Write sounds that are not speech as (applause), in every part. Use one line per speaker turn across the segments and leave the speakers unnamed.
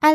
艾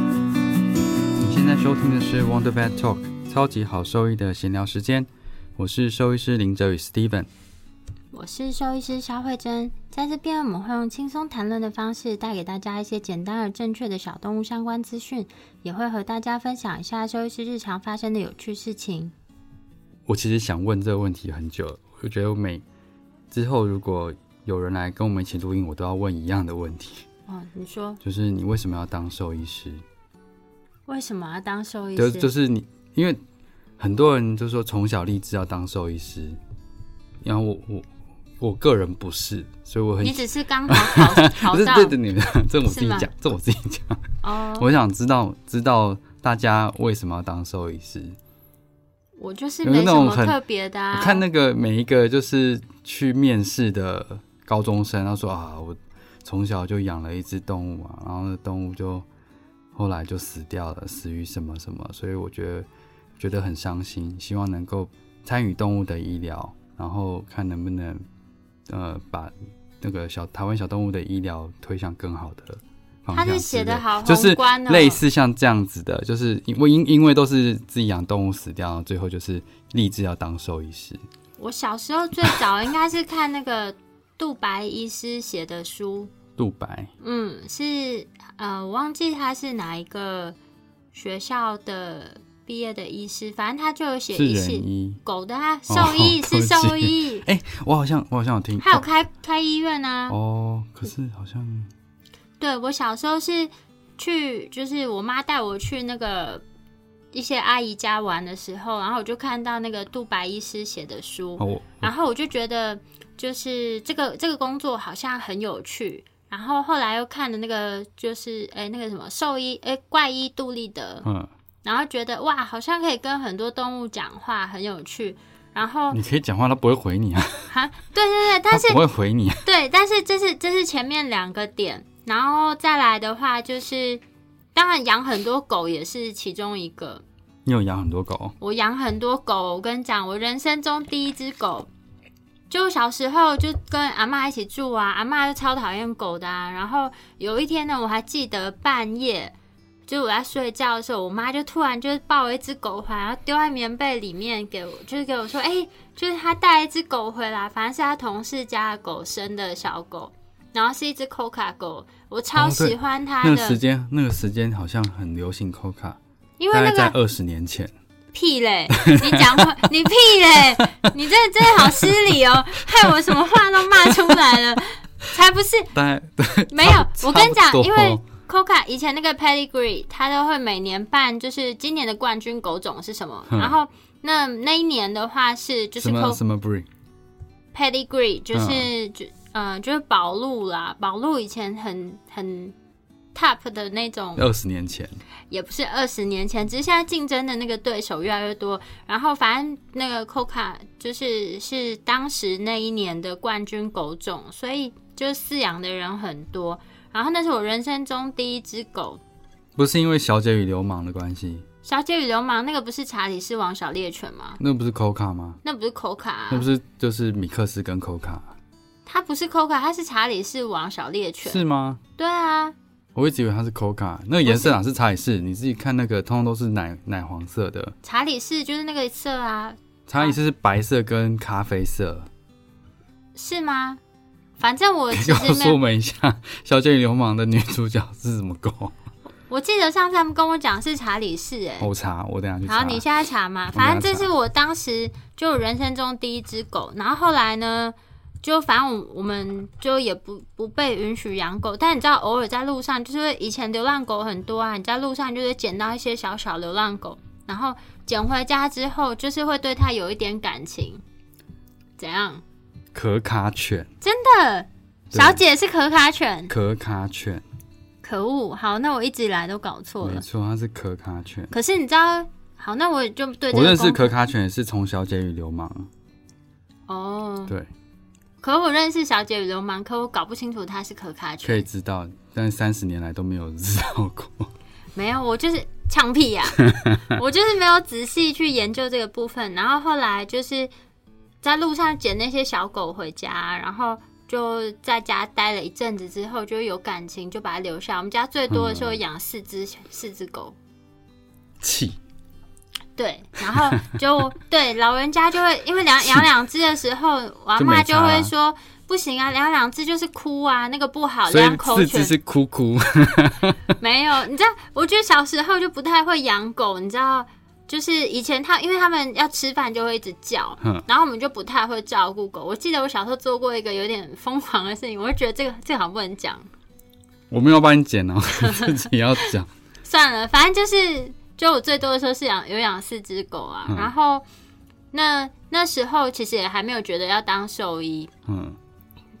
你现在收听的是 Wonder Vet Talk 超级好兽医的闲聊时间，我是兽医师林哲宇 Steven。
我是兽医师肖慧珍，在这边我们会用轻松谈论的方式，带给大家一些简单而正确的小动物相关资讯，也会和大家分享一下兽医师日常发生的有趣事情。
我其实想问这个问题很久了，我觉得我每之后如果有人来跟我们一起录音，我都要问一样的问题， (laughs)
哦，你说
就是你为什么要当兽医师？
为什么要当兽医
就
师？
就是你，因为很多人就说从小立志要当兽医师，然后我我我个人不是，所以我很
你只是刚好考
(laughs)
考
不是
到
对对你们，这我自
是
己
吗
讲，这我自己讲。
哦，
我想知道知道大家为什么要当兽医师？
我就是
有那
没什
种
么
很
特别的啊。
我看那个每一个就是去面试的高中生，他说啊，我从小就养了一只动物啊，然后那动物就后来就死掉了，死于什么什么，所以我觉得觉得很伤心，希望能够参与动物的医疗，然后看能不能呃把那个小台湾小动物的医疗推向更好的方
他
向之类。
是写的好
就
宏
是
观哦，
类似像这样子的，就是因为因因为都是自己养动物死掉，然后最后就是立志要当兽医师。
我小时候最早应该是看那个杜白医师写的书，
杜白
嗯，是呃，我忘记他是哪一个学校的毕业的医师，反正他就有写
是
医
人
师
医，
狗的啊，
哦
兽医、
对 (laughs)
是
不起
兽医，
哎、我好像我好像有听，
还有开开医院啊。
哦，可是好像
对我小时候是去，就是我妈带我去那个一些阿姨家玩的时候，然后我就看到那个杜白医师写的书，
哦，我
然后我就觉得，就是这个这个工作好像很有趣。然后后来又看了那个，就是诶那个什么兽医诶怪医杜立德，
嗯，
然后觉得哇，好像可以跟很多动物讲话，很有趣。然后
你可以讲话，他不会回你啊，
哈，对对对，
他
哦但是
不会回你、啊。
(laughs) 对，但是这是这是前面两个点，然后再来的话就是，当然养很多狗也是其中一个。
你有养很多狗，
我养很多狗，我跟你讲，我人生中第一只狗，就小时候就跟阿嬷一起住啊，阿嬷就超讨厌狗的啊。然后有一天呢，我还记得半夜，就我在睡觉的时候，我妈就突然就抱了一只狗回来，然后丢在棉被里面给我，就是给我说，哎、就是她带了一只狗回来，反正是她同事家的狗生的小狗，然后是一只 Coca 狗，我超
哦对
喜欢它
那个
的，
时间那个时间好像很流行 Coca，
因为
大
那
概
个
在二十年前。
屁嘞！你讲
(laughs)
话，你屁嘞！你这真的好失礼哦，害我什么话都骂出来了。才不是，
大概
没有，我跟你讲
差，不多
因为 Coca 以前那个 Pedigree，他都会每年办，就是今年的冠军狗种是什么，
嗯
然后那那一年的话是就是
什么嗯
Coca
什么 breed，
Pedigree，就是就呃就是宝路啦，宝路以前很很 top 的那种
二十年前
也不是二十年前，只是现在竞争的那个对手越来越多。然后反正那个 Coca 就是是当时那一年的冠军狗种，所以就饲养的人很多。然后那是我人生中第一只狗，
不是因为《小姐与流氓》的关系，
《小姐与流氓》那个不是查理士王小猎犬吗？
那不是 Coca 吗？
那不是 Coca，、啊
那不，是就是米克斯跟 Coca
它不是 Coca，它是查理士王小猎犬。
是吗？
对啊，
我一直以为它是 Coca，那个颜色啊哪是茶也是，你自己看那个，通通都是奶奶黄色的，
查理士就是那个色啊，
茶也是是白色跟咖啡色。
是吗？反正我其
(laughs) 告
实没
诉我
有
们一下， (laughs) 《小姐与流氓》的女主角是什么狗？
我记得上次他们跟我讲是查理士、哎。
我查，我等一下去查。
好，你现在查嘛，
我等下
反正这是我当时就人生中第一只狗，然后后来呢，就反正我我们就也不不被允许养狗，但你知道偶尔在路上，就是以前流浪狗很多啊，你在路上就是捡到一些小小流浪狗，然后捡回家之后，就是会对它有一点感情，怎样？
可卡犬，
真的，
对
小姐是可卡犬，
可卡犬，
可可恶，好，那我一直以来都搞错
没
了。
错，它是可卡犬。
可是你知道，好，那我就对这
我
个
认识
公
可卡犬也是从《小姐与流氓》
哦，
对
可我认识小姐与流氓，可我搞不清楚她是可卡
可以
犬。
知道，但三十年来都没有知道过。
没有，我就是呛屁
(laughs)
呀、我就是没有仔细去研究这个部分。然后后来就是在路上捡那些小狗回家，然后就在家待了一阵子之后，就有感情，就把它留下。我们家最多的时
嗯
候养四只、四只狗，
气，
对，然后就对老人家就会因为两养两只的时候，我阿
就没
妈就
差啊
会说不行啊，养两只就是哭啊，那个不好，
所以
养口
四只
犬
是哭哭， (laughs)
没有。你知道，我觉得小时候就不太会养狗，你知道，就是以前他因为他们要吃饭就会一直叫
嗯，
然后我们就不太会照顾狗。我记得我小时候做过一个有点疯狂的事情，我就觉得这个这个好像不能讲，
我没有帮你剪哦， (laughs) 自己要讲。
算了，反正就是，就我最多的时候是养有养四只狗啊，
嗯
然后那那时候其实也还没有觉得要当兽医，
嗯，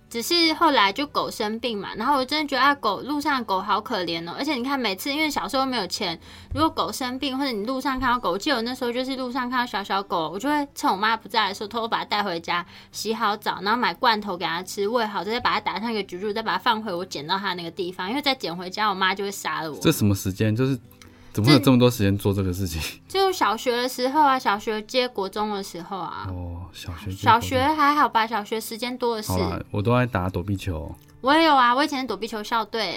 只是后来就狗生病嘛，然后我真的觉得啊，狗路上的狗好可怜哦。而且你看，每次因为小时候没有钱，如果狗生病或者你路上看到狗，我记得我那时候就是路上看到小小狗，我就会趁我妈不在的时候偷偷把它带回家，洗好澡，然后买罐头给它吃，喂好，再把它打上一个局柱，再把它放回我捡到它那个地方，因为再捡回家，我妈就会杀了我。
这什么时间？就是怎么会有
这
这么多时间做这个事情？
就小学的时候啊，小学接国中的时候啊，
哦，小学就
小学还好吧，小学时间多的是
好。啦，我都在打躲避球。
我也有啊，我以前是躲避球校队，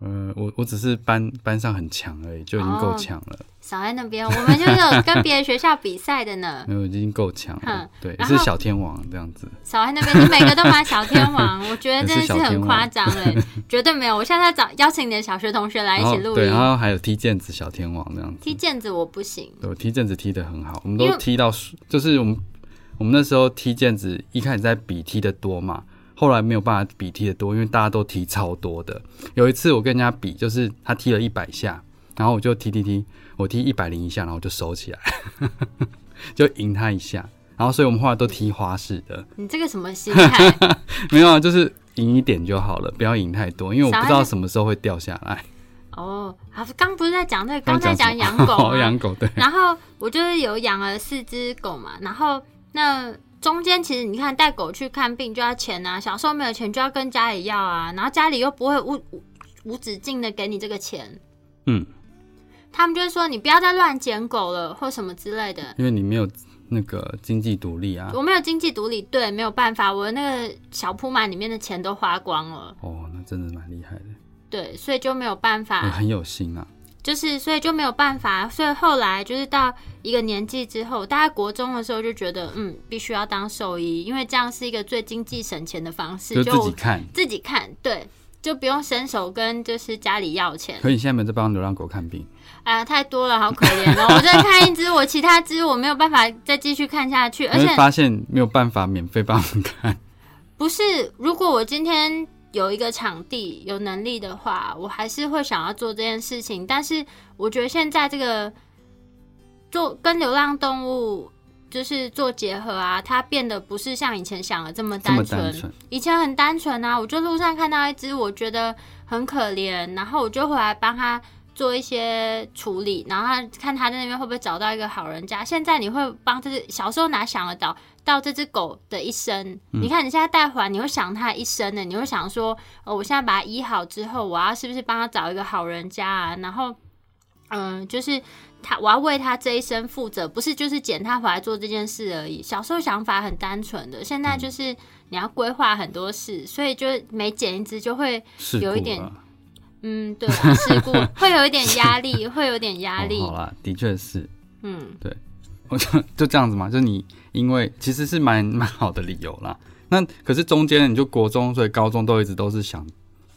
嗯，我我只是班班上很强而已，就已经够
哦
强了，
少在那边，我们就是有跟别的学校比赛的
(laughs)
呢。
没有已经够强了
哼。
对，也
然
是
后
小天王这样子。
少在那边，你每个都买小天王，我觉得真的是很夸张
(laughs)
哎，绝对没有。我现在找邀请你的小学同学来一
然后
起录
哦对，啊然
音，
后还有踢毽子小天王这样子。
踢毽子我不行，
对，我踢毽子踢得很好，我们
因
都
为
踢到输，就是我们我们那时候踢毽子，一开始在比踢的多嘛，后来没有办法比踢的多，因为大家都踢超多的。有一次我跟人家比，就是他踢了一百下，然后我就踢踢踢，我踢一百零一下，然后我就收起来， (laughs) 就赢他一下。然后所以我们后来都踢花式的，
你这个什么心
(laughs)
态？
没有啊，就是赢一点就好了，不要赢太多，因为我
小
不
孩
知道
子
什么时候会掉下来。
哦，好，刚不是在讲这个，刚才
什
讲
么
养狗
(laughs) 哦
啊，
养狗对，
然后我就是有养了四只狗嘛，然后那中间其实你看带狗去看病就要钱啊，小时候没有钱就要跟家里要啊，然后家里又不会无无无止境的给你这个钱，
嗯，
他们就会说你不要再乱捡狗了或什么之类的。
因为你没有那个经济独立啊。
我没有经济独立，对，没有办法，我那个小铺满里面的钱都花光了，
哦，那真的蛮厉害的，
对，所以就没有办法。
也很有心啊。
就是所以就没有办法，所以后来就是到一个年纪之后，大概国中的时候就觉得，嗯，必须要当兽医，因为这样是一个最经济省钱的方式，
就自己
我
看。
自己看，对，就不用伸手跟就是家里要钱，
(laughs) 可你现在没有在帮流浪狗看病，
哎呀，太多了，好可怜哦！我再看一只，我其他只我没有办法再继续看下
(laughs)
去，而
你
且
会发现没有办法免费帮我们看。
不是，如果我今天有一个场地有能力的话，我还是会想要做这件事情。但是我觉得现在这个做跟流浪动物就是做结合啊，它变得不是像以前想的这么
这么
单
单
纯。
纯，
以前很单纯啊，我就路上看到一只，我觉得很可怜，然后我就回来帮它做一些处理，然后它看它在那边会不会找到一个好人家。现在你会帮这只小时候哪想得到到这只狗的一生？你看你现在带回来，你会想它一生呢，你会想说，呃，我现在把它医好之后，我要是不是帮它找一个好人家啊？然后，嗯、就是。他，我要为他这一生负责，不是就是捡他回来做这件事而已。小时候想法很单纯的，现在就是你要规划很多事，所以就每剪一只就会，
是
有一点嗯，对啊，事
(laughs)
故会有一点压力，会有点压力
哦。好啦，的确是，
嗯，
我就就这样子嘛，就你因为其实是蛮蛮好的理由啦。那可是中间你就国中，所以高中都一直都是想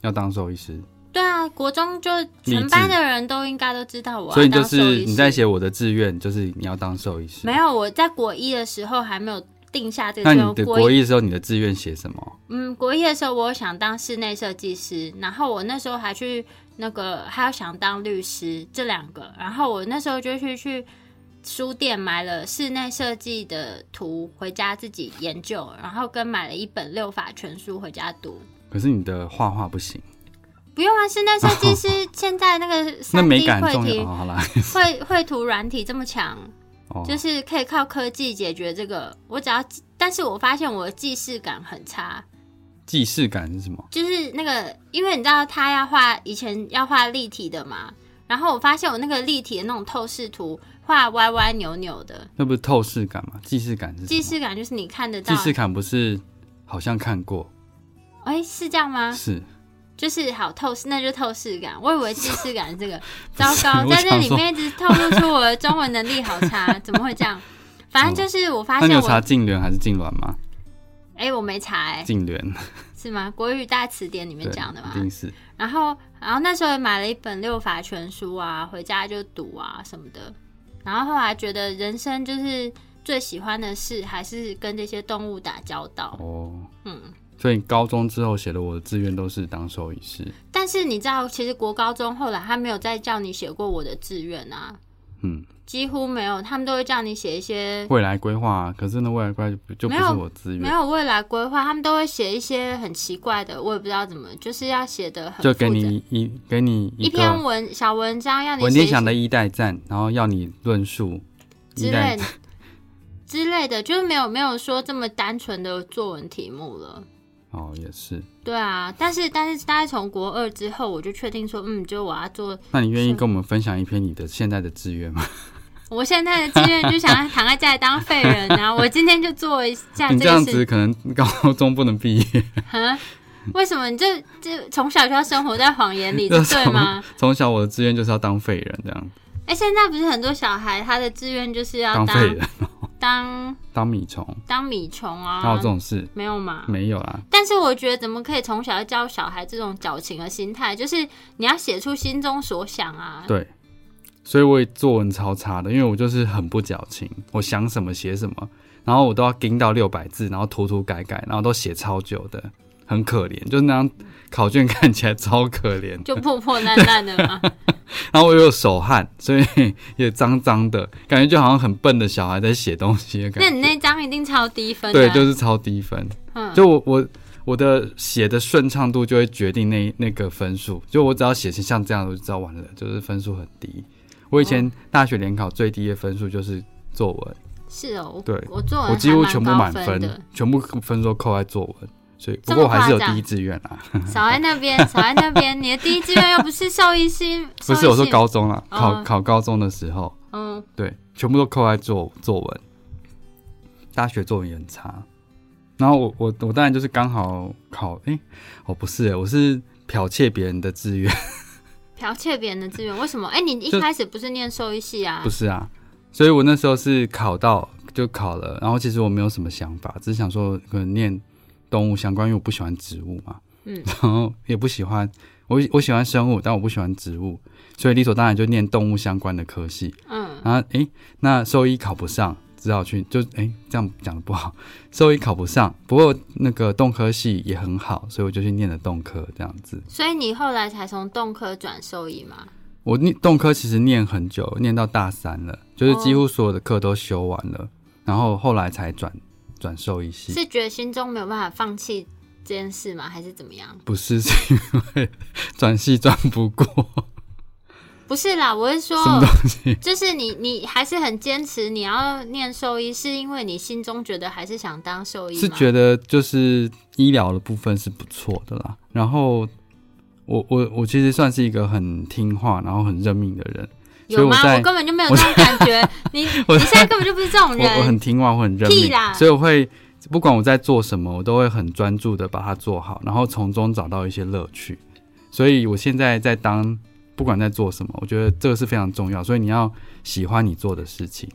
要当兽医师，
对啊，国中就
励
全班
志
的人都应该都知道我要
所以你就
当兽
是
医
你
师
在写我的志愿，就是你要当兽医师。
没有？我在国一的时候还没有定下这
那
个，
你
就
的
国
国一的时候，你的志愿写什么？
嗯，国一的时候我有想当室内设计师，然后我那时候还去那个还有想当律师这两个，然后我那时候就去去书店买了室内设计的图回家自己研究，然后跟买了一本六法全书回家读。
可是你的画画不行，
不用啊，室内设计
(laughs)
师现在那个
那
三
美
D
感
绘
重要。
图
哦好啦， (laughs)
绘绘图软体这么强，
哦，
就是可以靠科技解决这个。我只要，但是我发现我的记事感很差，
既视感是什么？
就是那个，因为你知道他要画以前要画立体的嘛，然后我发现我那个立体的那种透视图画歪歪扭扭的，
那不是透视感吗？既视感是
既
什么？
视感就是你看得到
既，视感不是好像看过，
哎、是这样吗？
是
就是好透视，那就透视感。我以为既视感是
(laughs)
这个，糟
是
糕，
我
在这
想
里
说
面一直透露出我的中文能力好差，怎么会这样？反正就是我发
那你
现
有
我，
查痉挛还是痉挛吗？
哎、我没查、哎，
痉挛，
是吗？国语大词典里面
对，
讲的嘛
一。定是。
然后，然后那时候也买了一本六法全书啊，回家就读啊什么的。然后后来觉得人生就是最喜欢的事还是跟这些动物打交道。
哦，
嗯，
所以高中之后写的我的志愿都是当兽医师。
但是你知道，其实国高中后来他没有再叫你写过我的志愿啊，
嗯，
几乎没有，他们都会叫你写一些
未来规划、啊，可是那未来规划就不就不
没有
是我资
没
源，
有未来规划，他们都会写一些很奇怪的，我也不知道怎么，就是要写的很
就给
复杂
你一给你
一篇
个
文小文章，要你
文
写
天
一些
祥的一代站，然后要你论述
之
一
类
代
的之类的，就是没有没有说这么单纯的作文题目了。
哦，也是。
对啊，但是但是大概从国二之后，我就确定说，嗯，就我要做，
那你愿意跟我们分享一篇你的现在的志愿吗？
我现在的志愿就想要躺在家里当废人啊！我今天就做一下
你
这
这样
个
子
事，
可能高中不能毕业，
啊，为什么你这这从小就要生活在谎言里，这
那
对吗？
(laughs) 从小我的志愿就是要当废人，这样
哎、现在不是很多小孩他的志愿就是要
当废
当
人，
当
当米虫，
当米虫
哪有
啊
哦这，种嗯事？
没有吗？
没有啦，
但是我觉得，怎么可以从小就教小孩这种矫情的心态？就是你要写出心中所想啊。
对，所以我也作文超差的，因为我就是很不矫情，我想什么写什么，然后我都要盯到六百字，然后涂涂改改，然后都写超久的，很可怜，就是那张考卷 (laughs) 看起来超可怜，
就破破烂烂的
(laughs)
嘛。
然后我又有手汗，所以 (laughs) 也脏脏的，感觉就好像很笨的小孩在写东西的
那
感
你
觉。
那张一定超低分的、
对，
啊。
就是超低分。
嗯
就我我我的写的顺畅度就会决定那那个分数。就我只要写成像这样，我就知道完了，就是分数很低。我以前大学联考最低的分数就是作文，
是嗯哦。我
对
我作文
我几乎全部
还蛮
满
高的
分，，全部分数扣在作文。所以
这
不
么
过我还是有
夸张
第一志愿啊啦， (laughs)
少在那边，少在那边。你的第一志愿又不是兽医系，
(laughs) 不
兽
是
医
我说
系，
高中啦，啊
哦
考考高中的时候，
嗯，
对，全部都扣在作作文。大学作文也很差，然后我我我当然就是刚好考，诶，哦不是，我是剽窃别人的志愿，
剽窃别人的志愿，为什么？哎、你一
就
开始不是念兽医系啊
不？是啊，所以我那时候是考到就考了，然后其实我没有什么想法，只是想说可能念动物相关，因为我不喜欢植物嘛，
嗯
(laughs) 然后也不喜欢我我喜欢生物，但我不喜欢植物，所以理所当然就念动物相关的科系。
嗯，
然后诶，那兽医考不上，只好去就诶，这样讲的不好，兽医考不上，不过那个动科系也很好，所以我就去念了动科这样子。
所以你后来才从动科转兽医嘛？
我念动科其实念很久，念到大三了，就是几乎所有的课都修完了，然后后来才转转兽医系。
是觉得心中没有办法放弃这件事吗？还是怎么样？
不是是因为 (laughs) 转系转不过，
不是啦，我是
什么
说，
东西？
就是你你还是很坚持你要念兽医，是因为你心中觉得还是想当兽医吗？
是觉得就是医疗的部分是不错的啦。然后我我我其实算是一个很听话，然后很认命的人。所
有
以我
吗？
在
我根本就没有这种感
(laughs)
觉，你
我
你现在根本就不是这种
我我
人。
很听话，我很认
屁
命
啦，
所以我会不管我在做什么，我都会很专注的把它做好，然后从中找到一些乐趣。所以我现在在当不管在做什么，我觉得这个是非常重要。所以你要喜欢你做的事情，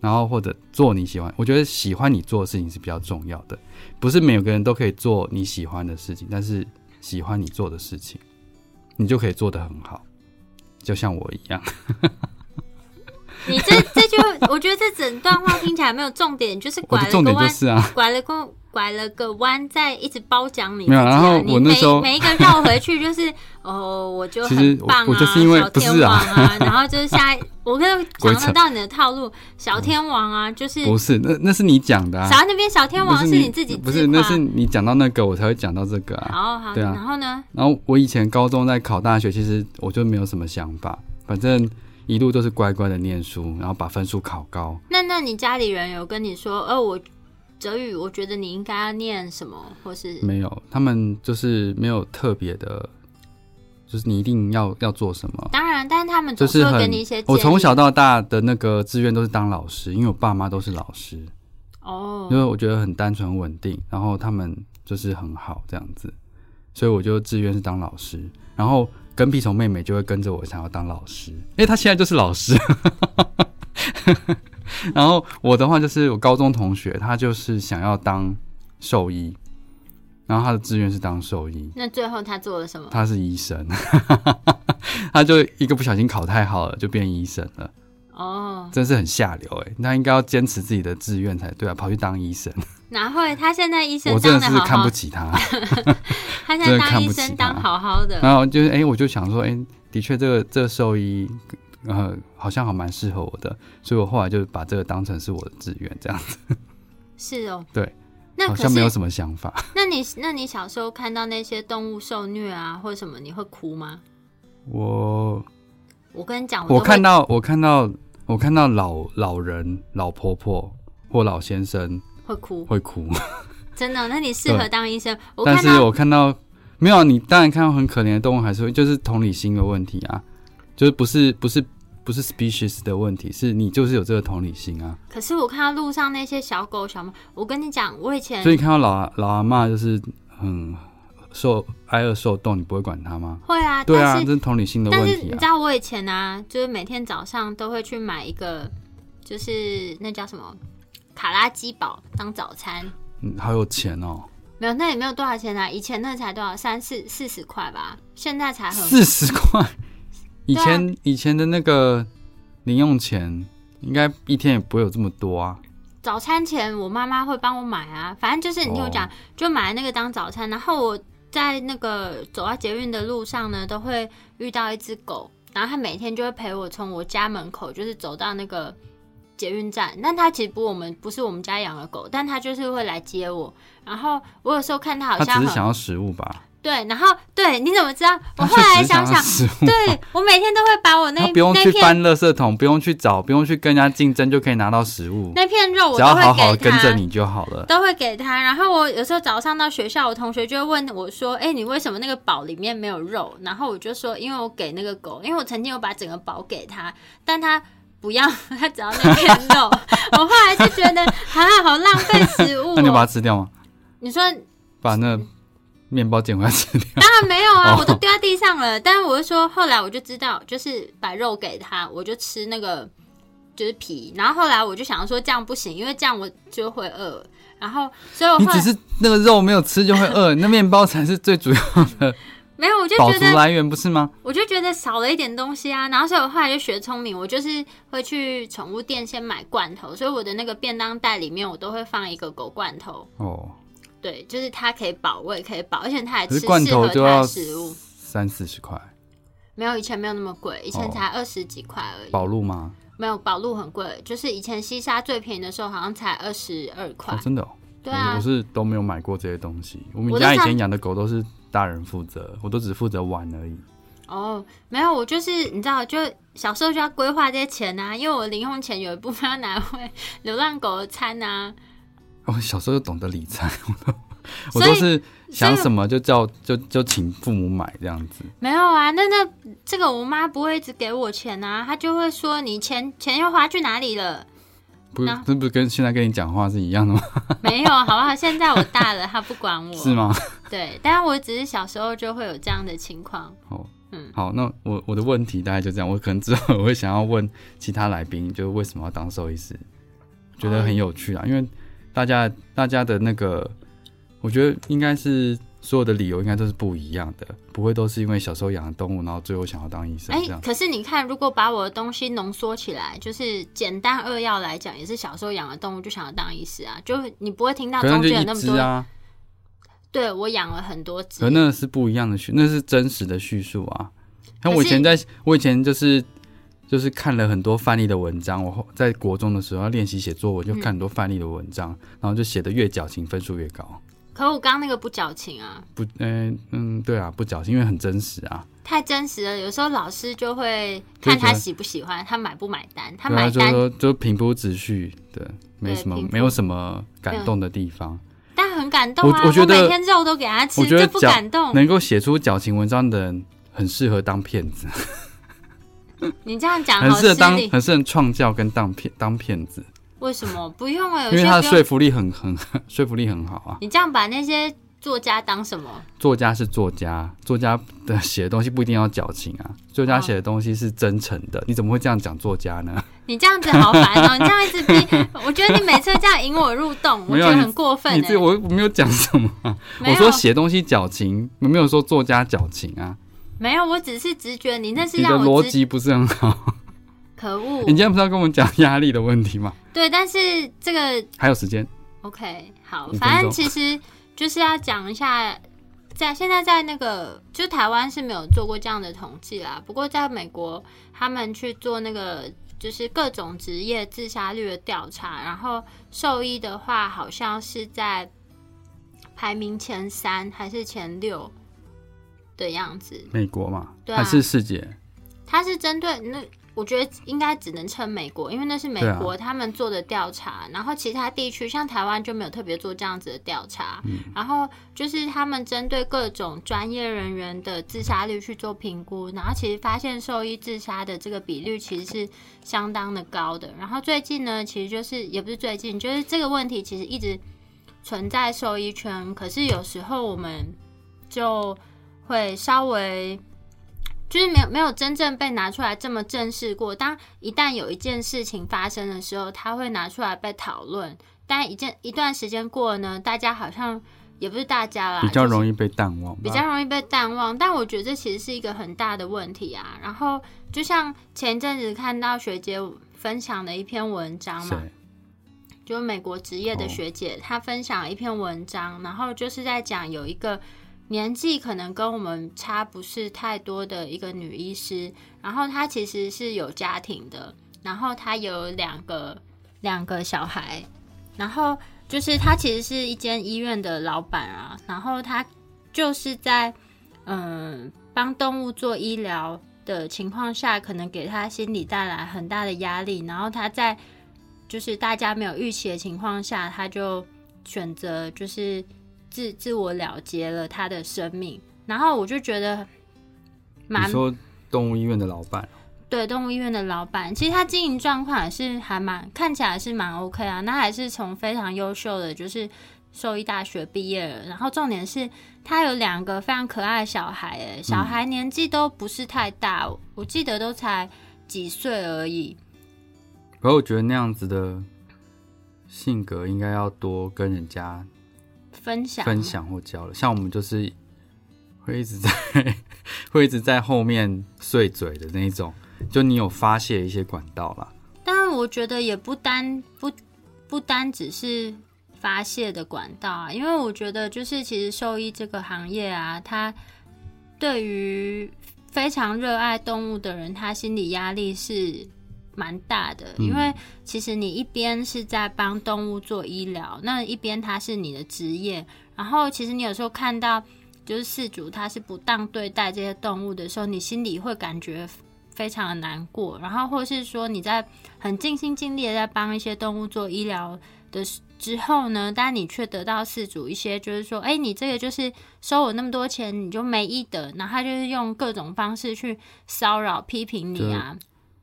然后或者做你喜欢，我觉得喜欢你做的事情是比较重要的。不是每个人都可以做你喜欢的事情，但是喜欢你做的事情，你就可以做得很好，就像我一样。
你这这句，我觉得这整段话听起来没有重点，就是
我
拐
的
了
重
个
点就
弯，
是啊，
拐了个拐了个弯，在一直褒奖你自己
没
啊、
有然后
你
我那时候
每每一个绕回去就是哦，我就
其实
很
我
棒啊，
我就是因为
小啊
不是
天王啊，然后就是下我跟
鬼
想
扯
得到你的套路，小天王啊，就是
不是，那那是你讲的、啊
小。安那边小天王
不
是
是
你自己
不
自
是，那
夸
是你讲到那个，我才会讲到这个啊。
哦好好，
对啊
然后呢？
然后我以前高中在考大学，其实我就没有什么想法，反正一路都是乖乖的念书，然后把分数考高。
那那你家里人有跟你说，呃，我哲宇，我觉得你应该要念什么，或是
没有，他们就是没有特别的，就是你一定要要做什么。
当然，但是他们
就
总
是
是会
很
给你一些，建
我
议。
从小到大的那个志愿都是当老师，因为我爸妈都是老师，因
哦，
为我觉得很单纯稳定，然后他们就是很好这样子，所以我就志愿是当老师，然后跟屁虫妹妹就会跟着我想要当老师，因为她现在就是老师。 (laughs) 然后我的话就是我高中同学，他就是想要当兽医，然后他的志愿是当兽医，
那最后他做了什么？
他是医生， (laughs) 他就一个不小心考太好了，就变医生了，
哦，
真是很下流哎、那应该要坚持自己的志愿才对啊，跑去当医生，
哪会？他现在医生
我真
当
的
的
是
好
看
好
不，起他。 (laughs)
他现在
真的看
当医
不起
生
他
当好好的。
然后就是哎、我就想说，哎、的确这个这个兽医，呃，好像还蛮适合我的，所以我后来就把这个当成是我的志愿，这样
是哦，
对。
那
好
可
像没有
是，
什么想
(laughs)
法。
那你那你小时候看到那些动物受虐啊，或什么，你会哭吗？
我
我跟你讲，
我
哦我
看
到
到我看到我看到老老人、老婆婆或老先生
会哭，
会哭。
真的。那你适合
对
当医生。我
但
看
是
到
我看到没有啊，你当然看到很可怜的动物，还是会就是同理心的问题啊，就是不是不是不是 species 的问题，是你就是有这个同理心啊。
可是我看到路上那些小狗小猫，我跟你讲，我以前
所以看到老阿老阿嬷就是很受挨饿受冻，你不会管她吗？
会啊，
对
但
啊，这
是
是同理心的
但
问
是
题
你
啊
知。道我以前啊，就是每天早上都会去买一个，就是那叫什么卡拉鸡堡当早餐。
嗯，好有钱哦，
没有，那也没有多少钱啊。以前那才多少，三四四十块吧，现在才很
四
(laughs)
十块。
啊
以前、以前的那个零用钱，应该一天也不会有这么多啊。
早餐前我妈妈会帮我买啊，反正就是你听我讲，
哦
就买那个当早餐。然后我在那个走到捷运的路上呢，都会遇到一只狗，然后它每天就会陪我从我家门口就是走到那个捷运站。但它其实不我们不是我们家养的狗，但它就是会来接我。然后我有时候看它好
他
像
只是
很
想要食物吧？ (laughs)
对，然后对你怎么知道？我
他
后
就只
来
是
想
要
想，
食物。
对我每天都会把 (laughs) 我那
他不用去
那片
翻垃圾桶，不用去找，不用去跟人家竞争，就可以拿到食物。
那片肉，我
只
都
要
会
好好
给
跟
它。
着你就好了。
都会给他。然后我有时候早上到学校，我同学就会问我说：“哎、你为什么那个堡里面没有肉？”然后我就说：“因为我给那个狗，因为我曾经有把整个堡给他，但他。”不要，他只要那片
(laughs)
肉。我后来就觉得，啊，好浪费食物、
(laughs) 那你把它
哦。
吃掉吗？
你说
把那面包捡回来吃掉。
当然没有啊，
哦
我都丢在地上了。但是我就说，后来我就知道，就是把肉给他，我就吃那个就是皮。然后后来我就想说，这样不行，因为这样我就会饿。然后，所以我
(laughs) 你
后
只
来
是那个肉没有吃就会饿，那面包才是最主要
没有，我就
饱
觉
足
得
来源，不是吗？
我就觉得少了一点东西啊，然后所以我后来就学聪明，我就是会去宠物店先买罐头，所以我的那个便当袋里面我都会放一个狗罐头，
哦，
对，就是它可以饱，我也可以饱，而且它还吃
可是
适
罐头
合
就
它
要
的食物。
三四十块，
没有以前没有那么贵，以前
哦
才二十几块而已。
饱路吗？
没有宝路很贵，就是以前西沙最便宜的时候好像才二十二块
哦，。真的、哦。
对
我
啊
我，是都没有买过这些东西。我们
我都
家以
上
前养的狗都是大人负责，我都只负责玩而已。
哦，没有，我就是你知道，就小时候就要规划这些钱啊，因为我零用钱有一部分要拿回 (laughs) 流浪狗的餐啊。
我小时候就懂得理财， (laughs) 我
所
都
以
我都是想
所以
什么就叫就就请父母买这样子。
没有啊，那那这个我妈不会一直给我钱啊，她就会说你钱钱又花去哪里了？ (laughs)
不是
那，
这不是跟现在跟你讲话是一样的吗？
没有，好不好？现在我大了，她不管我。
是？吗？
(laughs) 对，但我只是小时候就会有这样的情况。
哦，
嗯
好，那我我的问题大概就这样。我可能之后我会想要问其他来宾，就是为什么要当兽医师，觉得很有趣啊。因为大家大家的那个，我觉得应该是所有的理由应该都是不一样的，不会都是因为小时候养的动物，然后最后想要当医生
哎、
这样。
可是你看，如果把我的东西浓缩起来，就是简单扼要来讲，也是小时候养的动物就想要当医师啊，就你不会听到
可能
中
就
间有
一
那么
只
多。
啊，
对我养了很多只
可，那是不一样的叙，那是真实的叙述啊。像我以前在，我以前就是就是看了很多范例的文章。我后在国中的时候要练习写作文，就看很多范例的文章，然后就写的越矫情，分数越高。
可我刚刚那个不矫情啊，
不，嗯、嗯，对啊，不矫情，因为很真实啊。
太真实了。有时候老师就会
就
看
觉得
他喜不喜欢，他买不买单，他
对啊，
买
就
单，
说就平铺直叙，对，没什么
平铺
没有什么感动的地方。
但很感动啊！
我我觉得
每天肉都给他吃，
我觉得
就不感动。
能够写出矫情文章的人，很适合当骗子，
你这样讲
很
好
适
失
合当
礼。
很适合当创教跟当骗当骗子，
为什么不用啊？有
因为
些
他的
不
说
用。
服力很很 (laughs) 说服力很好啊。
你这样把那些作家当什么？
作家是作家，作家的写的东西不一定要矫情啊，作家
哦
写的东西是真诚的，你怎么会这样讲作家呢？
你这样子好烦哦！你这样一直
(laughs)
逼，我觉得你每次这样引我入洞，我
没有
觉得
你
很过分
你
哎、
这我我没有讲什么啊、
没
我
有
说写东西矫情，没有说作家矫情啊，
没有，我只是直觉，你那是
你的
让我
逻
知哦
辑不是很好。
可恶
你。今天不是要跟我们讲压力的问题吗？
对，但是这个
还有时间，
OK，好
五，分
反正
钟
其实就是要讲一下，在现在在那个，就台湾是没有做过这样的统计啦。不过在美国，他们去做那个就是各种职业自杀率的调查，然后兽医的话好像是在排名前三还是前六的样子。
美国嘛，
对啊
还是世界？
它是针对那，我觉得应该只能称美国，因为那是美国他们做的调查，然后其他地区像台湾就没有特别做这样子的调查。然后就是他们针对各种专业人员的自杀率去做评估，然后其实发现兽医自杀的这个比率其实是相当的高的。然后最近呢，其实就是也不是最近，就是这个问题其实一直存在兽医圈，可是有时候我们就会稍微就是没有没有真正被拿出来这么正视过。当一旦有一件事情发生的时候，它会拿出来被讨论。但一件一段时间过了呢，大家好像也不是大家啦，
比较
啊就是
容易被淡忘吧。
比较容易被淡忘。但我觉得这其实是一个很大的问题啊。然后就像前阵子看到学姐分享的一篇文章嘛，
谁？
就是美国职业的学姐，她分享了一篇文章，然后就是在讲有一个年纪可能跟我们差不是太多的一个女医师，然后她其实是有家庭的，然后她有两个两个小孩，然后就是她其实是一间医院的老板啊，然后她就是在嗯帮动物做医疗的情况下，可能给她心理带来很大的压力，然后她在就是大家没有预期的情况下，他就选择就是自自我了结了他的生命。然后我就觉得蛮
你说动物医院的老板，
对动物医院的老板，其实他经营状况也是还蛮看起来是蛮 OK 啊，那还是从非常优秀的就是兽医大学毕业了，然后重点是他有两个非常可爱的小孩，哎，小孩年纪都不是太大，我记得都才几岁而已，
可是我觉得那样子的性格应该要多跟人家
分享
分享或交流。像我们就是会一直在 (laughs) 会一直在后面碎嘴的那一种，就你有发泄一些管道啦。
但我觉得也不单不不单只是发泄的管道啊，因为我觉得就是其实兽医这个行业啊，它对于非常热爱动物的人，他心理压力是蛮大的，因为其实你一边是在帮动物做医疗，那一边它是你的职业，然后其实你有时候看到。就是饲主他是不当对待这些动物的时候，你心里会感觉非常的难过，然后或是说你在很尽心尽力的在帮一些动物做医疗的时之后呢，但你却得到饲主一些就是说，哎，你这个就是收我那么多钱，你就没医德，然后他就是用各种方式去骚扰、批评你啊，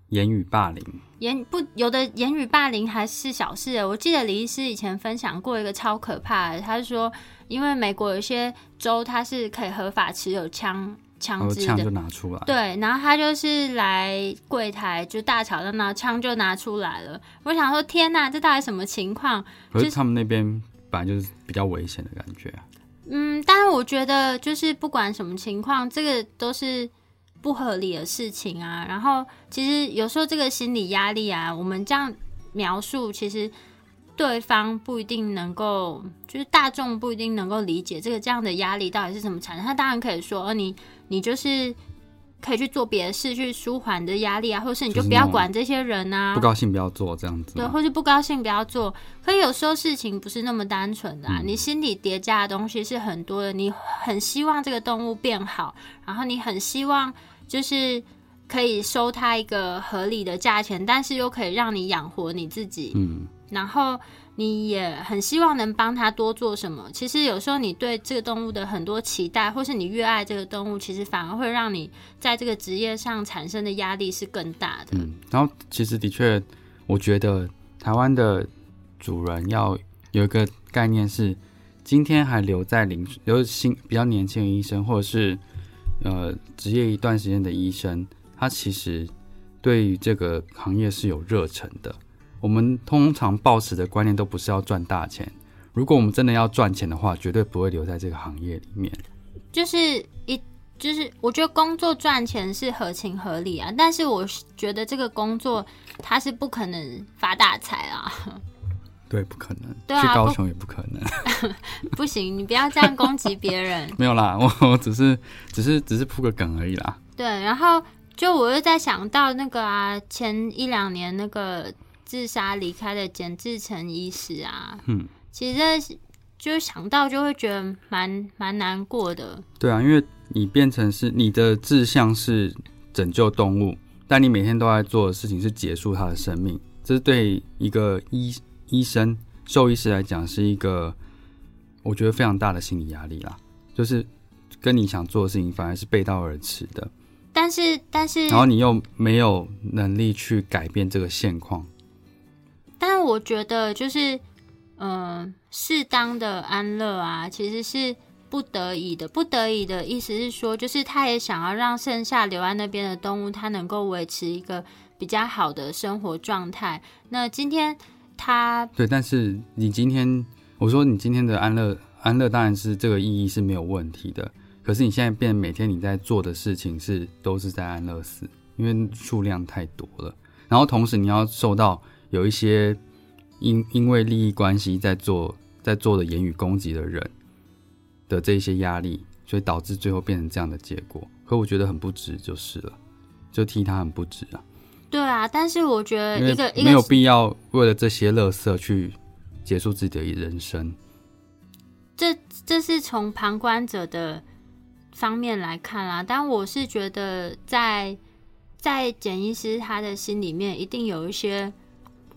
言语霸凌，
言不有的言语霸凌还是小事欸。我记得李医师以前分享过一个超可怕的，他是说，因为美国有些州它是可以合法持有枪
然
枪
后
支
枪
的
就，拿出来。
对，然后他就是来柜台就大吵大闹，枪就拿出来了。我想说，天呐，这到底什么情况？
可是他们那边本来就是比较危险的感觉啊。
嗯，但是我觉得就是不管什么情况，这个都是不合理的事情啊。然后其实有时候这个心理压力啊，我们这样描述，其实对方不一定能够，就是大众不一定能够理解这个这样的压力到底是怎么产生。他当然可以说，哦，你你就是可以去做别的事去舒缓你的压力啊，或是你就
就是
不
那
要
种
管这些人啊，
不高兴不要做这样子啊
对，
吗。
或是不高兴不要做。可有时候事情不是那么单纯的、啊，
嗯
你心里叠加的东西是很多的，你很希望这个动物变好，然后你很希望就是可以收它一个合理的价钱，但是又可以让你养活你自己，
嗯，
然后你也很希望能帮它多做什么。其实有时候你对这个动物的很多期待，或是你越爱这个动物，其实反而会让你在这个职业上产生的压力是更大的。
嗯，然后其实的确，我觉得台湾的主人要有一个概念是，今天还留在临留新比较年轻的医生，或者是呃职业一段时间的医生，他其实对于这个行业是有热忱的。我们通常抱持的观念都不是要赚大钱，如果我们真的要赚钱的话，绝对不会留在这个行业里面。
就是一就是我觉得工作赚钱是合情合理啊，但是我是觉得这个工作它是不可能发大财啊，
对，不可能。
对啊
去高
不
雄也不可能。 (laughs)
不行，你不要这样攻击别人。
没有啦，我我只是只是只是铺个梗而已啦。
对，然后就我又在想到那个啊，前一两年那个自杀离开的简志成医师啊，
嗯，
其实这就想到就会觉得蛮蛮难过的，
对啊，因为你变成是你的志向是拯救动物，但你每天都在做的事情是结束它的生命，这是对一个医医生、兽医师来讲是一个我觉得非常大的心理压力啦，就是跟你想做的事情反而是背道而驰的，
但是但是
然后你又没有能力去改变这个现况。
但我觉得就是，嗯，适当的安乐啊，其实是不得已的。不得已的意思是说，就是他也想要让剩下留在那边的动物，它能够维持一个比较好的生活状态。那今天他
对，但是你今天，我说你今天的安乐安乐当然是这个意义是没有问题的，可是你现在变每天你在做的事情是都是在安乐死，因为数量太多了，然后同时你要受到有一些因因为利益关系在做在做的言语攻击的人的这一些压力，所以导致最后变成这样的结果，可我觉得很不值就是了，就替他很不值啊。
对啊，但是我觉得
因为
一个一
没有
个
必要为了这些垃圾去结束自己的人生。
这是从旁观者的方面来看啦，但我是觉得在在简医师他的心里面一定有一些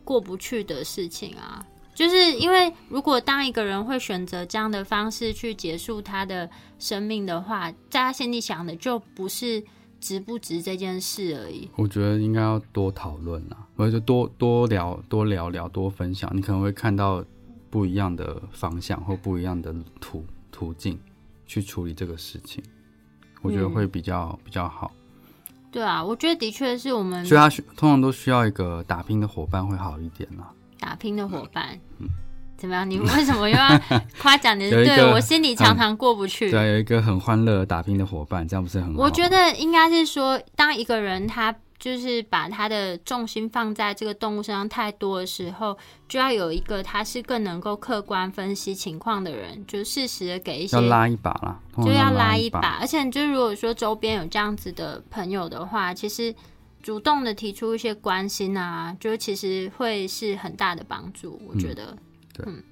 过不去的事情啊，就是因为如果当一个人会选择这样的方式去结束他的生命的话，在他心里想的就不是值不值这件事而已。
我觉得应该要多讨论啦，或者就多多聊、多聊聊、多分享，你可能会看到不一样的方向或不一样的途途径去处理这个事情。我觉得
嗯
会比较、比较好，
对啊，我觉得的确是我们
所以他需通常都需要一个打拼的伙伴会好一点啦。
打拼的伙伴。怎么样？你为什么
(laughs)
又要夸奖你？
嗯有一个
对我心里常常过不去。
对啊，有一个很欢乐的打拼的伙伴，这样不是很好？
我觉得应该是说，当一个人他就是把他的重心放在这个动物身上太多的时候，就要有一个他是更能够客观分析情况的人，就适时的给一些
要拉一把啦，通
就
常
要
拉
拉一
把。
把。而且，就如果说周边有这样子的朋友的话，其实主动的提出一些关心啊，就其实会是很大的帮助。我觉得，
对
嗯，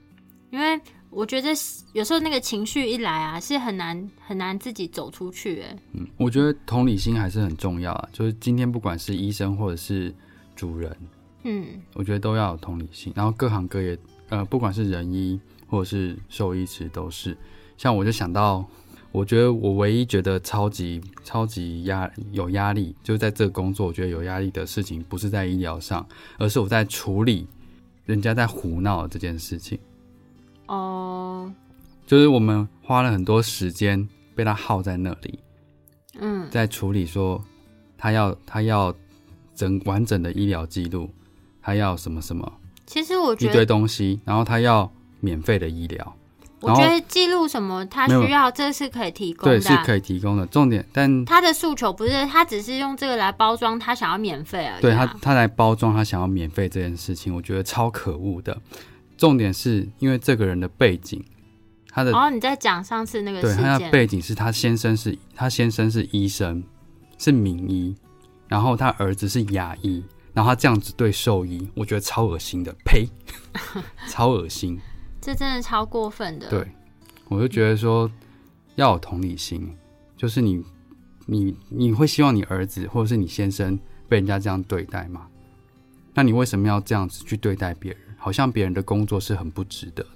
因为我觉得有时候那个情绪一来啊，是很难很难自己走出去、欸。
我觉得同理心还是很重要啊，就是今天不管是医生或者是主人，
嗯，
我觉得都要有同理心。然后各行各业，呃，不管是人医或者是兽医，其实都是。像我就想到，我觉得我唯一觉得超级超级压有压力，就是在这个工作，我觉得有压力的事情，不是在医疗上，而是我在处理人家在胡闹的这件事情。
哦，
就是我们花了很多时间被他耗在那里，
嗯，
在处理说他要他要整完整的医疗记录，他要什么什么
其实我
一
觉
堆
得，
东西，然后他要免费的医疗，
我
然后
觉得记录什么他
没有
需要，这是可以提供
对，
的
是
啊、
可以提供的。重点，但
他的诉求不是他只是用这个来包装他想要免费而已、啊。
对他他来包装他想要免费这件事情，我觉得超可恶的。重点是因为这个人的背景，他的
哦，你在讲上次那个
对
事
他的
件，
背景是他先生是他先生是医生，是名医，然后他儿子是牙医，然后他这样子对兽医，我觉得超恶心的，
(laughs)
呸，超恶心。
这真的超过分的。
对，我就觉得说要有同理心，就是你你你会希望你儿子或者是你先生被人家这样对待吗？那你为什么要这样子去对待别人？好像别人的工作是很不值得的。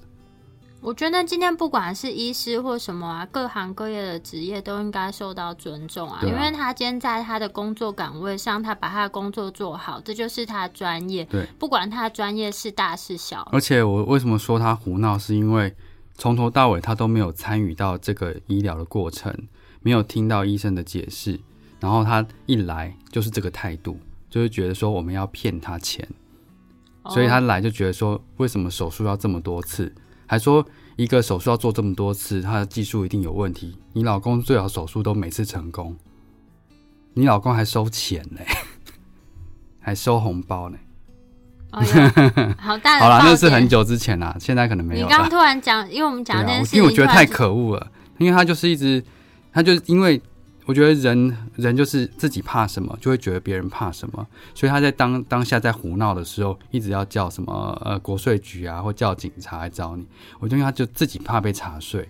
我觉得今天不管是医师或什么啊，各行各业的职业都应该受到尊重啊，
对啊
因为他今天在他的工作岗位上，他把他的工作做好，这就是他的专业。
对，
不管他的专业是大是小，
而且我为什么说他胡闹，是因为从头到尾他都没有参与到这个医疗的过程，没有听到医生的解释，然后他一来就是这个态度，就是觉得说我们要骗他钱，嗯所以他
哦
来就觉得说为什么手术要这么多次，还说一个手术要做这么多次，他的技术一定有问题，你老公最好手术都每次成功，你老公还收钱呢、 (laughs) 还收红包呢、
哎
(laughs)
呦好大的
好啦，
爆
那是
点
很久之前啦，现在可能没
你
有
刚
了
刚。突然讲，因为我们讲
对
那件
啊
事，情，
因为我觉得
突然
太
就
可恶了，因为他就是一直，他就是因为我觉得人人就是自己怕什么，就会觉得别人怕什么，所以他在当当下在胡闹的时候，一直要叫什么呃国税局啊，或叫警察来找你。我觉得他就自己怕被查税，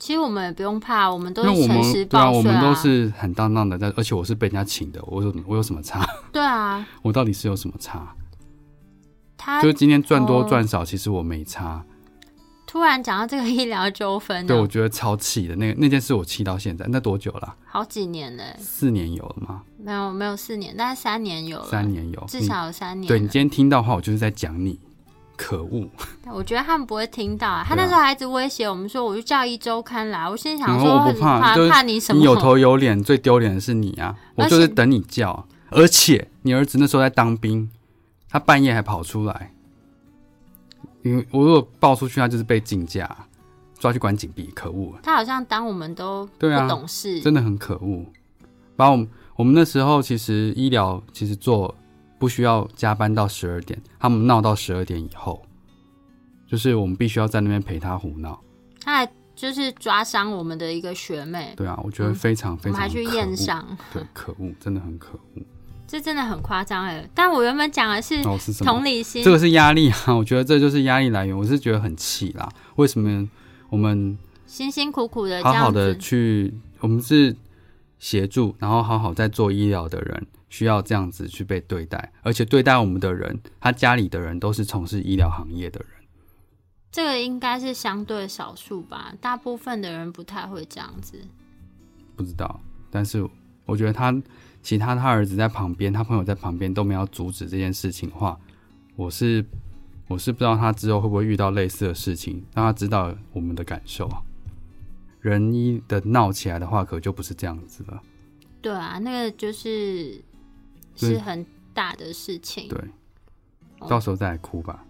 其实我们也不用怕，我们都
因为
是
我
诚实
们对
报税
啊，我们都是很当当的，但而且我是被人家请的，我有我有什么差？ (laughs)
对啊，
我到底是有什么差？
他
就是今天赚多
哦
赚少，其实我没差。
突然讲到这个医疗纠纷
对，我
呢，
觉得超气的，那那件事我气到现在，那多久了啊？
好几年了，
四年有了吗？
没有没有四年，但是三年有了，
三年有，
至少有三
你
年。
对你今天听到的话，我就是在讲你，可恶！
我觉得他们不会听到、啊，他
对啊
那时候还一直威胁我们说，我就叫一周刊来。我心里想
然
说，
嗯后我
很
不怕
怕
就是
怕你什么？
你有头有脸，最丢脸的是你啊！我
而
就是
且
等你叫，而且你儿子那时候在当兵，他半夜还跑出来，因为我如果报出去，他就是被禁驾，抓去关禁闭，可恶！
他好像当我们都不
对啊
懂事，
真的很可恶。把我们我们那时候其实医疗其实做不需要加班到十二点，他们闹到十二点以后，就是我们必须要在那边陪他胡闹。
他还就是抓伤我们的一个学妹，
对啊，我觉得非常
嗯我
非
们
常
还去
可恶
验伤，
对，可恶，真的很可恶。
这真的很夸张哎。但我原本讲的是
哦，是什么
同？理心，
这个是压力啊， (laughs) 我觉得这就是压力来源。我是觉得很气啦，为什么我们
辛辛苦苦呃的这
好
样子，
好的去，我们是协助，然后好好在做医疗的人，需要这样子去被对待，而且对待我们的人，他家里的人都是从事医疗行业的人。
这个应该是相对少数吧，大部分的人不太会这样子。
不知道，但是我觉得他其他他儿子在旁边，他朋友在旁边都没有阻止这件事情的话，我是我是不知道他之后会不会遇到类似的事情，让他知道我们的感受啊。人一的闹起来的话，可就不是这样子了。
对啊，那个就是
对
是很大的事情。
对
哦，
到时候再来哭吧。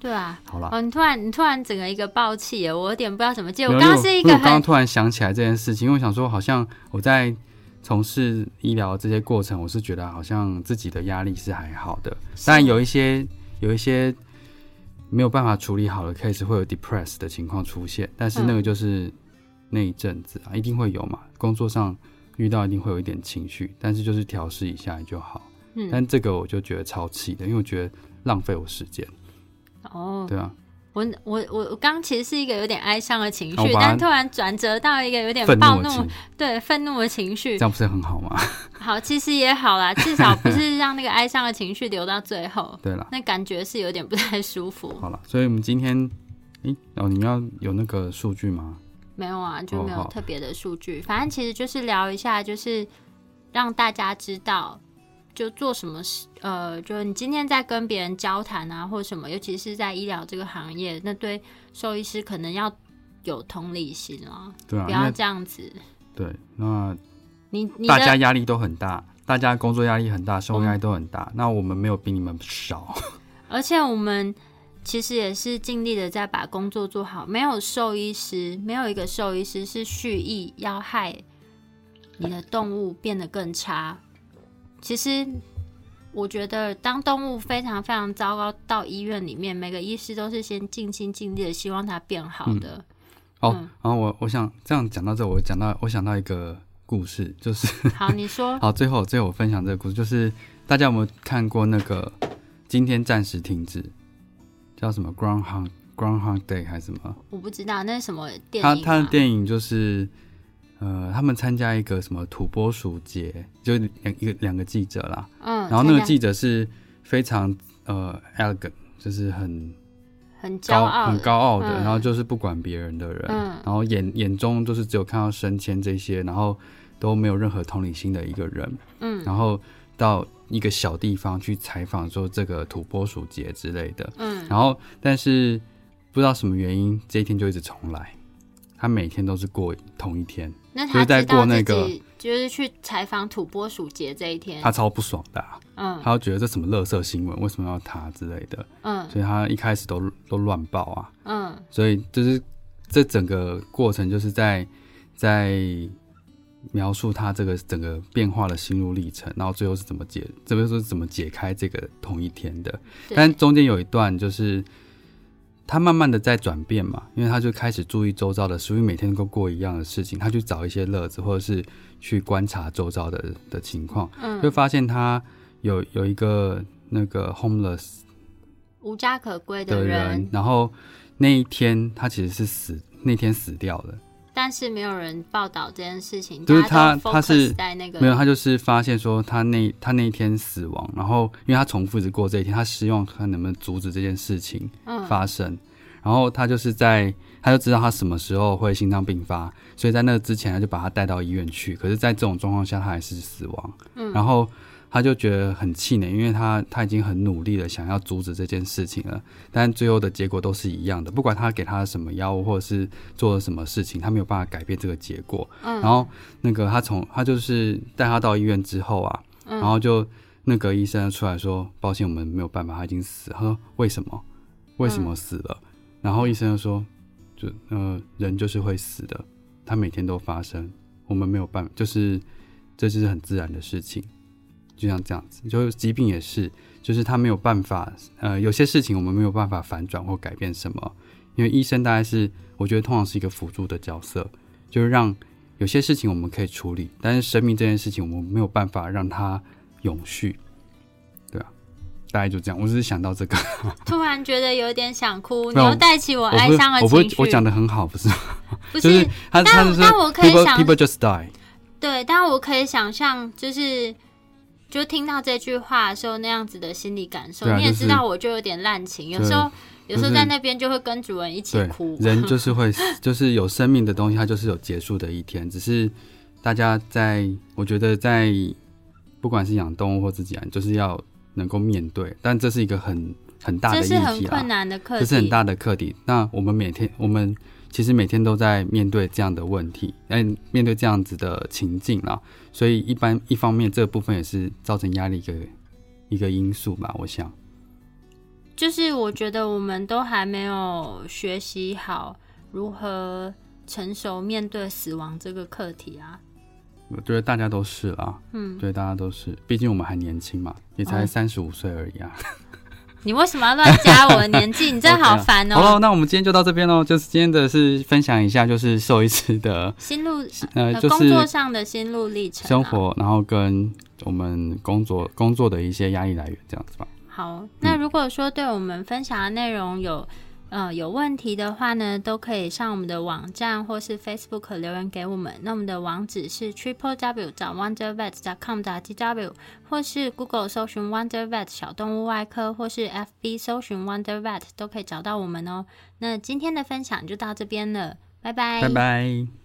对啊，
好啦，
哦，你突然你突然整个一个爆气耶，我有点不知道怎么接。我
没有
刚
因
刚
为
是一
因为
个
我刚刚
很
突然想起来这件事情，因为我想说，好像我在从事医疗这些过程，我是觉得好像自己的压力是还好的，当然有一些有一些没有办法处理好的 case 会有 depressed 的情况出现，但是那
嗯
个就是那一阵子啊，一定会有嘛，工作上遇到一定会有一点情绪，但是就是调试一下就好。
嗯
但这个我就觉得超气的，因为我觉得浪费我时间，
哦，
对啊，
我我我我刚其实是一个有点哀伤的情
好
绪，
吧
但突然转折到一个有点
愤
暴怒
怒的，情，
对愤怒的情
这
绪。
样不是很好吗？，
好，其实也好啦，至少不是让那个哀伤的情绪留到最后
对啦。
那感觉是有点不太舒服。
好了，所以我们今天，诶，哦，你们要有那个数据吗？
没有啊，就
哦
没有
好
特别的数据。反正其实就是聊一下，就是让大家知道，就做什么事，呃，就是你今天在跟别人交谈啊，或什么，尤其是在医疗这个行业，那对兽医师可能要有同理心啊，
对啊，
不
因
要
为
这样子。
对，那
你你
大家
的
压力都很大，大家工作压力很大，生活压力都很
嗯
大。那我们没有比你们少，
而且我们其实也是尽力的在把工作做好，没有兽医师，没有一个兽医师是蓄意要害你的动物变得更差。其实我觉得，当动物非常非常糟糕到医院里面，每个医师都是先尽心尽力的希望它变好的。
嗯
嗯
哦，然后我我想这样讲到这，我讲到我想到一个故事，就是 (laughs)
好，你说
好，最后最后我分享这个故事，就是大家有没有看过那个今天暂时停止，叫什么 Groundhog Groundhog Day 还是什么？
我不知道那是什么电影、
他
啊。
他的电影就是，呃，他们参加一个什么土拨鼠节，就两一个两个记者啦，
嗯，
然后那
参
个
加
记者是非常呃 elegant，就是很
很骄
高
傲的，
很高傲的，
嗯
然后就是不管别人的人，
嗯
然后眼眼中就是只有看到升迁这些，然后都没有任何同理心的一个人，
嗯
然后到一个小地方去采访说这个土拨鼠节之类的，
嗯，
然后但是不知道什么原因，这一天就一直重来，他每天都是过同一天，
那
就
他
是在
知道
过那
自
个
己就是去采访土拨鼠节这一天
他，超不爽的啊、
嗯
他就觉得这什么垃圾新闻，为什么要他之类的，
嗯
所以他一开始都都乱报啊，
嗯
所以就是这整个过程就是在在描述他这个整个变化的心路历程，然后最后是怎么解，这边说是怎么解开这个同一天的。
对
但中间有一段就是他慢慢的在转变嘛，因为他就开始注意周遭的，所以每天都过一样的事情，他去找一些乐子，或者是去观察周遭的的情况，就
嗯，
发现他有有一个那个 homeless
无家可归
的人
人，，
然后那一天他其实是死，那天死掉的，
但是没有人报道这件事情，
就是
大家
他
都
他是
focus 在那个
没有，他就是发现说他那他那一天死亡，然后因为他重复一直过这一天，他希望他能不能阻止这件事情
嗯
发生，然后他就是在他就知道他什么时候会心脏病发，所以在那之前他就把他带到医院去，可是，在这种状况下他还是死亡，
嗯
然后。他就觉得很气馁，因为他他已经很努力了，想要阻止这件事情了，但最后的结果都是一样的。不管他给他什么药物，或者是做了什么事情，他没有办法改变这个结果。
嗯
然后那个他从他就是带他到医院之后啊，
嗯
然后就那个医生出来说：“抱歉，我们没有办法，他已经死了。”他说：“为什么？为什么死
嗯
了？”然后医生就说：“就呃，人就是会死的，他每天都发生，我们没有办法，就是这就是很自然的事情。”就像这样子，就是疾病也是，就是他没有办法，呃，有些事情我们没有办法反转或改变什么，因为医生大概是，我觉得通常是一个辅助的角色，就是让有些事情我们可以处理，但是生命这件事情我们没有办法让它永续，对啊，大概就这样。我只是想到这个，
突然觉得有点想哭，你
没有
又带起我
(laughs) 我
哀
不是
伤的
我不
情
是
绪，
我讲的很好，不是吗？
不
就是是他
但
他就是
但我可以
people
想
people just die，
对，但我可以想象，就是就听到这句话的时候那样子的心理感受。
对啊
你也
就是
知道，我就有点滥情，有
对
时候有时候
就是
在那边就会跟主人一起
对
哭，。
人就是会 (laughs) 死，就是有生命的东西，它就是有结束的一天。只是大家在，我觉得在不管是养动物或自己养，啊就是要能够面对，但这是一个很很大的
这
议
是很
题啦
困。难的课
这是很
题。
大的课题。那我们每天，我们其实每天都在面对这样的问题，嗯，面对这样子的情境啦。所以一般一方面，这部分也是造成压力一个一个因素吧，我想。
就是我觉得我们都还没有学习好如何成熟面对死亡这个课题啊。
我觉得大家都是啦，
嗯，
对，大家都是，毕竟我们还年轻嘛，也才
嗯
三十五岁而已啊。
你为什么要乱加我的年纪？你真的好
OK 啊
烦
(laughs) 好了，
哦！
那我们今天就到这边喽。就是今天的是分享一下，就是兽医师的
心路
呃，
呃
就
工
是
作上的心路历程啊，
生活，然后跟我们工作工作的一些压力来源这样子吧。
好，那如果说对我们分享的内容有呃有问题的话呢，都可以上我们的网站或是 Facebook 留言给我们。那我们的网址是 triple w 找 wonder vet com t w，或是 Google 搜寻 wonder vet 小动物外科，或是 FB 搜寻 wonder vet 都可以找到我们哦。那今天的分享就到这边了，拜拜，
拜拜。